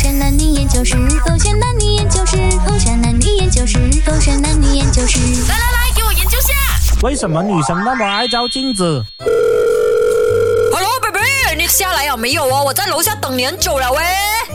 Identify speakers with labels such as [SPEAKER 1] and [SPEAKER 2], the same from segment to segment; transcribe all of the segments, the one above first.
[SPEAKER 1] 山男女研究室，狗山男女研究室，狗山男女研究室，狗山男女研究室。
[SPEAKER 2] 来来来，给我研究下。
[SPEAKER 3] 为什么女生那么爱照镜子？
[SPEAKER 2] Hello baby，你下来了没有哦？我在楼下等你很久了喂。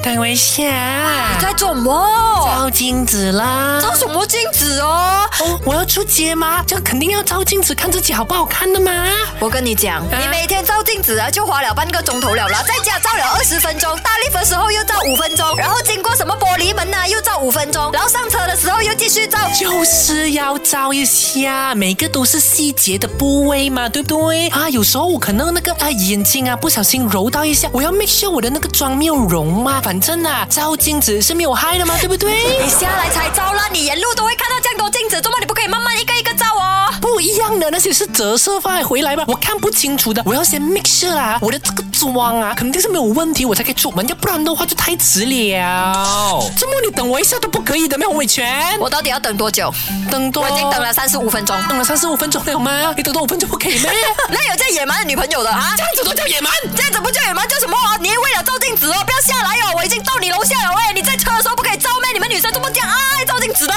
[SPEAKER 4] 等我一下，啊
[SPEAKER 2] 在做什么？
[SPEAKER 4] 照镜子啦！
[SPEAKER 2] 照什么镜子哦？
[SPEAKER 4] 哦，我要出街吗？这样肯定要照镜子，看自己好不好看的嘛。
[SPEAKER 2] 我跟你讲，你每天照镜子啊，就花了半个钟头了啦，在家照了二十分钟，大力的时候又照五分钟，然后经过什么玻璃门呐、啊又照五分钟，然后上车的时候又继续照。
[SPEAKER 4] 就是要照一下，每个都是细节的部位嘛，对不对？啊，有时候我可能那个啊眼睛啊不小心揉到一下，我要 make sure 我的那个妆没有融嘛。反正啊，照镜子是没有害的嘛，对不对？
[SPEAKER 2] 你哎下来才照啦，你沿路都会看到这样多镜子，怎么你不可以慢慢一个一个照哦？
[SPEAKER 4] 不一样的那些是折射放回来嘛，我看不清楚的，我要先 make sure 啊，我的这个妆啊肯定是没有问题，我才可以出门，要不然的话就太迟了。这么你等我一下都不可以的咩？洪伟全，
[SPEAKER 2] 我到底要等多久？
[SPEAKER 4] 等多，
[SPEAKER 2] 我已经等了三十五分钟。
[SPEAKER 4] 等了三十五分钟了吗？你等多五分钟不 可以咩？
[SPEAKER 2] 那有这野蛮的女朋友的啊？
[SPEAKER 4] 这样子都叫野蛮？
[SPEAKER 2] 这样子不叫野蛮叫什么啊？你为了照镜子哦，不要下来哦！我已经到你楼下了喂，你在车的时候不可以照咩？你们女生怎么这样爱照镜子的？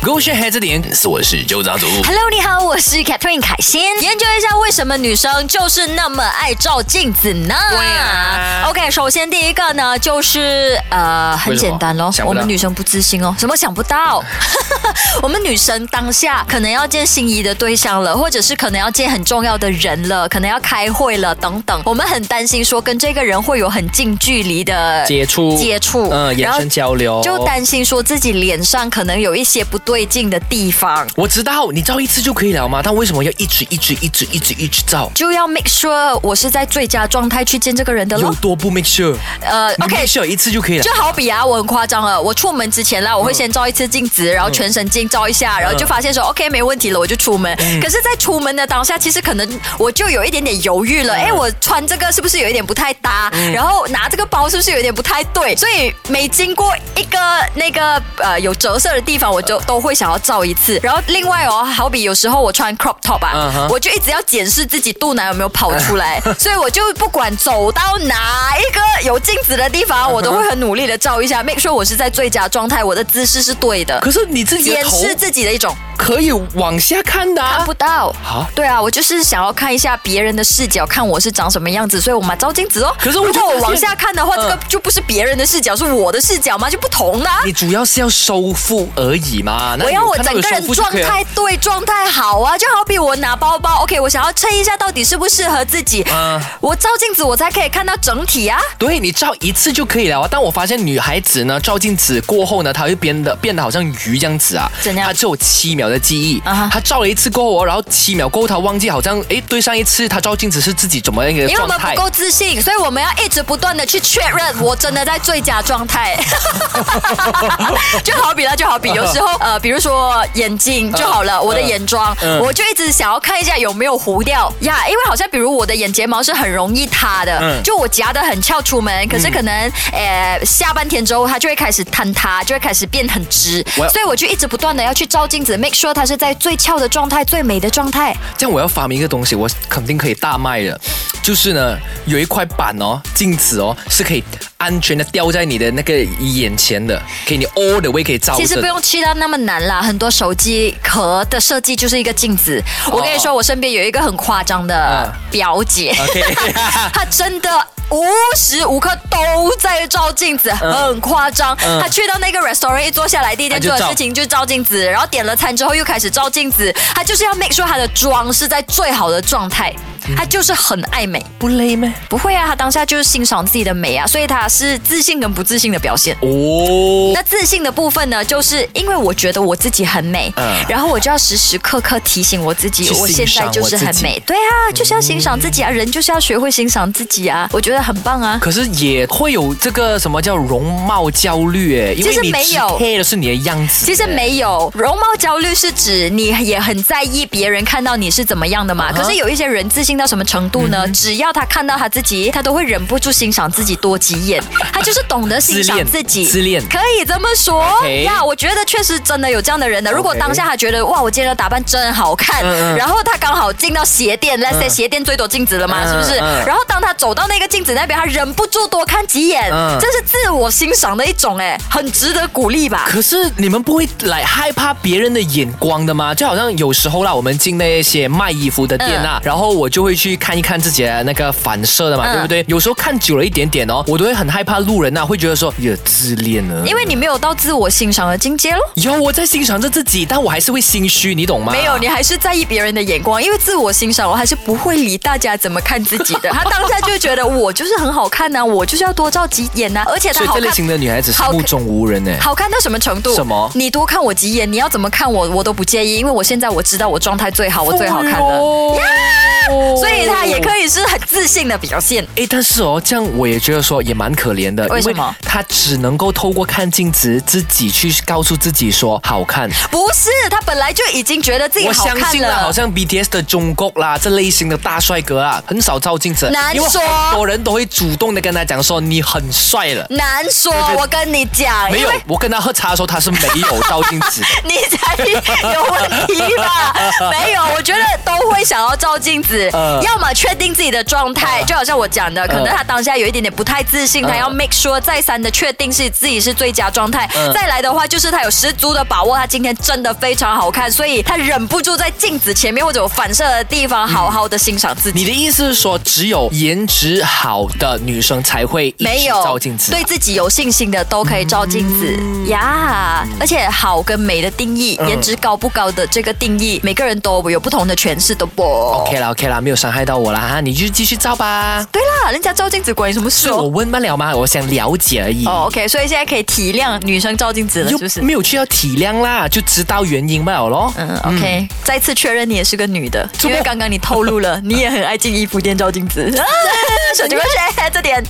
[SPEAKER 5] 勾选黑字典，我是周长祖。
[SPEAKER 2] Hello，你好，我是 Catherine 凯欣。研究一下为什么女生就是那么爱照镜子呢？对
[SPEAKER 4] 啊
[SPEAKER 2] OK，首先第一个呢，就是呃，很
[SPEAKER 5] 为什么
[SPEAKER 2] 简单咯
[SPEAKER 5] 想，不
[SPEAKER 2] 我
[SPEAKER 5] 到
[SPEAKER 2] 们女生不自信哦，什么想不到？ 我们女生当下可能要见心仪的对象了，或者是可能要见很重要的人了，可能要开会了等等，我们很担心说跟这个人会有很近距离的
[SPEAKER 5] 接触
[SPEAKER 2] 接触，
[SPEAKER 5] 嗯，眼
[SPEAKER 2] 然后
[SPEAKER 5] 神交流。
[SPEAKER 2] 就担心说自己脸上可能有一些不对劲的地方。
[SPEAKER 5] 我知道你照一次就可以了嘛，但为什么要一直一直一直一直一直照？
[SPEAKER 2] 就要 make sure 我是在最佳状态去见这个人的
[SPEAKER 5] 有
[SPEAKER 2] 咯。
[SPEAKER 5] 多不 make sure？
[SPEAKER 2] 呃
[SPEAKER 5] 你
[SPEAKER 2] ，OK
[SPEAKER 5] make。sure 一次就可以了
[SPEAKER 2] 就。好比啊，我很夸张了。我出门之前啦，我会先照一次镜子，然后全身镜照一下，然后就发现说
[SPEAKER 5] 嗯
[SPEAKER 2] OK 没问题了，我就出门。可是，在出门的当下，其实可能我就有一点点犹豫了。
[SPEAKER 5] 嗯
[SPEAKER 2] 哎，我穿这个是不是有一点不太搭？然后拿这个包是不是有点不太对？所以每经过一个那个呃有折射的地方，我就都会想要照一次。然后另外哦，好比有时候我穿 crop top
[SPEAKER 5] 嗯
[SPEAKER 2] 啊
[SPEAKER 5] 哼，
[SPEAKER 2] 我就一直要检视自己肚腩有没有跑出 来，所以我就不管走到哪一个有镜子的地方，我都会很努力的照一 下，make sure 我是在最佳状态，我的姿势是对的
[SPEAKER 5] 可，是你自己的
[SPEAKER 2] 检
[SPEAKER 5] 头
[SPEAKER 2] 视自己的一种，
[SPEAKER 5] 可以往下看的、
[SPEAKER 2] 看
[SPEAKER 5] 啊。
[SPEAKER 2] 不到
[SPEAKER 5] 啊。
[SPEAKER 2] 对啊，我就是想要看一下别人的视角，看我是长什么样子，所以我嘛照镜子哦。
[SPEAKER 5] 可是我
[SPEAKER 2] 如
[SPEAKER 5] 就
[SPEAKER 2] 果我
[SPEAKER 5] 发现
[SPEAKER 2] 往下看的话，这个就不是别人的视角，是我的啊视角嘛，就不同啦。
[SPEAKER 5] 你主要是要收腹而已嘛。那
[SPEAKER 2] 我
[SPEAKER 5] 你
[SPEAKER 2] 要
[SPEAKER 5] 有
[SPEAKER 2] 我
[SPEAKER 5] 看
[SPEAKER 2] 整
[SPEAKER 5] 到
[SPEAKER 2] 个
[SPEAKER 5] 有
[SPEAKER 2] 人
[SPEAKER 5] 收腹就
[SPEAKER 2] 状
[SPEAKER 5] 可以了
[SPEAKER 2] 态对，状态好啊，就好比我拿包包，OK，我想要称一下到底适不适合自己，
[SPEAKER 5] 嗯
[SPEAKER 2] 我照镜子我才可以看到整体啊。
[SPEAKER 5] 对你照一次就可以了啊！但我发现女孩子呢，照镜子过后呢，她会变得变得好像鱼这样子啊。
[SPEAKER 2] 怎样
[SPEAKER 5] 她只有七秒的记忆。
[SPEAKER 2] 啊哈
[SPEAKER 5] 她照了一次过后哦，然后七秒过后，她忘记好像诶，对上一次她照镜子是自己怎么样一个
[SPEAKER 2] 因为我
[SPEAKER 5] 状
[SPEAKER 2] 们
[SPEAKER 5] 态
[SPEAKER 2] 不。够自信，所以我们要一直不断的去确认，我真的在最佳状态。 就好比啦，就
[SPEAKER 5] 嗯
[SPEAKER 2] 好比有时候呃，比如说眼睛就好了，我的眼妆，
[SPEAKER 5] 嗯
[SPEAKER 2] 我就一直想要看一下有没有糊掉呀，因为好像比如我的眼睫毛是很容易塌的，
[SPEAKER 5] 嗯
[SPEAKER 2] 就我夹得很翘出门，可是可能呃下半天之后它就会开始坍塌，就会开始变很直，
[SPEAKER 5] 我要
[SPEAKER 2] 所以我就一直不断的要去照镜子，make sure 它是在最翘的状态、最美的状态。
[SPEAKER 5] 这样我要发明一个东西，我肯定可以大卖的，就是呢，有一块板哦，镜子哦，是可以安全的吊在你的那个眼前的，可以你 all the way 可以照着。
[SPEAKER 2] 其实不用去到那么难啦，很多手机壳的设计就是一个镜子。
[SPEAKER 5] 哦
[SPEAKER 2] 我跟你说，我身边有一个很夸张的
[SPEAKER 5] 嗯
[SPEAKER 2] 表姐，
[SPEAKER 5] OK，
[SPEAKER 2] 她真的。无时无刻都在照镜子，很夸张。
[SPEAKER 5] 嗯
[SPEAKER 2] 她去到那个 restaurant 一坐下来，第一件
[SPEAKER 5] 她就
[SPEAKER 2] 做的
[SPEAKER 5] 照
[SPEAKER 2] 事情就是照镜子，然后点了餐之后又开始照镜子。她就是要 make sure 她的妆是在最好的状态，
[SPEAKER 5] 嗯
[SPEAKER 2] 她就是很爱美。
[SPEAKER 5] 不累吗？
[SPEAKER 2] 不会啊，她当下就是欣赏自己的美啊，所以她是自信跟不自信的表现。
[SPEAKER 5] 哦，
[SPEAKER 2] 那自信的部分呢，就是因为我觉得我自己很美，
[SPEAKER 5] 嗯
[SPEAKER 2] 然后我就要时时刻刻提醒我自己
[SPEAKER 5] 去，
[SPEAKER 2] 我现
[SPEAKER 5] 欣赏
[SPEAKER 2] 在就是很美
[SPEAKER 5] 我自己。
[SPEAKER 2] 对啊，就是要欣赏自己啊，人就是要学会欣赏自己啊，我觉得很棒啊。
[SPEAKER 5] 可是也会有这个什么叫容貌焦虑欸诶，因
[SPEAKER 2] 其实
[SPEAKER 5] 为你
[SPEAKER 2] 没
[SPEAKER 5] 只
[SPEAKER 2] 有
[SPEAKER 5] care 的是你的样子。欸
[SPEAKER 2] 其实没有，容貌焦虑是指你也很在意别人看到你是怎么样的嘛。
[SPEAKER 5] 啊哈嗯
[SPEAKER 2] 可是有一些人自信到什么程度呢？只要他看到他自己，他都会忍不住欣赏自己多几 眼，他就是懂得欣赏
[SPEAKER 5] 自恋
[SPEAKER 2] 自己，
[SPEAKER 5] 自恋
[SPEAKER 2] 可以这么说
[SPEAKER 5] OK
[SPEAKER 2] 呀。我觉得确实真的有这样的人啊的。如果
[SPEAKER 5] OK
[SPEAKER 2] 当下他觉得哇，我今天的打扮真好看，
[SPEAKER 5] 嗯嗯
[SPEAKER 2] 然后他刚好进到鞋店，let's say 鞋店最多镜子了嘛，
[SPEAKER 5] 嗯
[SPEAKER 2] 是不是？
[SPEAKER 5] 嗯
[SPEAKER 2] 然后当他走到那个镜子那边，他忍不住多看几眼，
[SPEAKER 5] 嗯
[SPEAKER 2] 这是自我欣赏的一种，哎，很值得鼓励吧？
[SPEAKER 5] 可是你们不会来害怕别人的眼光的吗？就好像有时候啦，我们进那些卖衣服的店啊，然后我就会去看一看自己的那个反射的嘛，
[SPEAKER 2] 嗯
[SPEAKER 5] 对不对？有时候看久了一点点哦，我都会很害怕路人呐、会觉得说，也自恋了。
[SPEAKER 2] 因为你没有到自我欣赏的境界咯。
[SPEAKER 5] 有我在欣赏着自己，但我还是会心虚，你懂吗？
[SPEAKER 2] 没有，你还是在意别人的眼光，因为自我欣赏，我还是不会理大家怎么看自己 的。他当下就觉得我就是很好看呐、我就是要多照几眼呐、而且
[SPEAKER 5] 所
[SPEAKER 2] 他
[SPEAKER 5] 以
[SPEAKER 2] 好
[SPEAKER 5] 这类
[SPEAKER 2] 看。
[SPEAKER 5] 型的女孩子是
[SPEAKER 2] 好看
[SPEAKER 5] 目中无人哎。
[SPEAKER 2] 好看到什么程度？
[SPEAKER 5] 什么
[SPEAKER 2] 你多看我几眼，你要怎么看我，我都不介意，因为我现在我知道我状态最好，我最好看
[SPEAKER 5] 哎
[SPEAKER 2] 了，所以他也可以是很自信的表现。
[SPEAKER 5] 哎，但是哦，这样我也觉得说也蛮可怜的，
[SPEAKER 2] 为什么？
[SPEAKER 5] 她只能够透过看镜子自己去告诉自己说好看。
[SPEAKER 2] 不是，他本来就已经觉得自己
[SPEAKER 5] 我
[SPEAKER 2] 好
[SPEAKER 5] 相
[SPEAKER 2] 看
[SPEAKER 5] 信啦，好像 BTS 的中国啦这类型的大帅哥啊，很少照镜子，
[SPEAKER 2] 难
[SPEAKER 5] 因为
[SPEAKER 2] 说
[SPEAKER 5] 很多人都会主动的跟他讲说你很帅了。
[SPEAKER 2] 难说，我跟你讲，
[SPEAKER 5] 没
[SPEAKER 2] 因
[SPEAKER 5] 有
[SPEAKER 2] 为，
[SPEAKER 5] 我跟他喝茶的时候，他是没有照镜 子的。
[SPEAKER 2] 你才有问题吧？没有，我觉得都会想要照镜子，
[SPEAKER 5] 呃
[SPEAKER 2] 要么确定自己的状态，就好像我讲的，可能
[SPEAKER 5] 呃
[SPEAKER 2] 他当下有一点点不太自信，他要 make sure 再三的确定是自己是最佳状态。
[SPEAKER 5] 嗯
[SPEAKER 2] 再来的话，就是他有十足的把握，他今天真的非常好看，所以他忍不住在镜子前面或者有反射的地方，好好的欣赏自己。
[SPEAKER 5] 你的意思是说，只有颜值好的女生才会一
[SPEAKER 2] 没
[SPEAKER 5] 直
[SPEAKER 2] 有
[SPEAKER 5] 照镜子？啊嗯
[SPEAKER 2] 对自己有信心的都可以照镜子呀。而且好跟美的定义，颜值高不高的这个定义，每个人都有不同的诠释的不。
[SPEAKER 5] ，OK 啦 OK 啦，没有伤害到我啦哈，你就继续照吧。
[SPEAKER 2] 对啦，人家照镜子关你什么事
[SPEAKER 5] 是我
[SPEAKER 2] 哦？
[SPEAKER 5] 问不了吗？我想了解而已。
[SPEAKER 2] 哦，OK，所以现在可以体谅女生照镜子了，是
[SPEAKER 5] 又
[SPEAKER 2] 不是？
[SPEAKER 5] 没有去要体谅啦，就知道原因罢了咯。
[SPEAKER 2] 嗯，OK，再次确认你也是个女的， 因为刚刚你透露了，你也很爱进衣服店照镜子。小姐妹，这点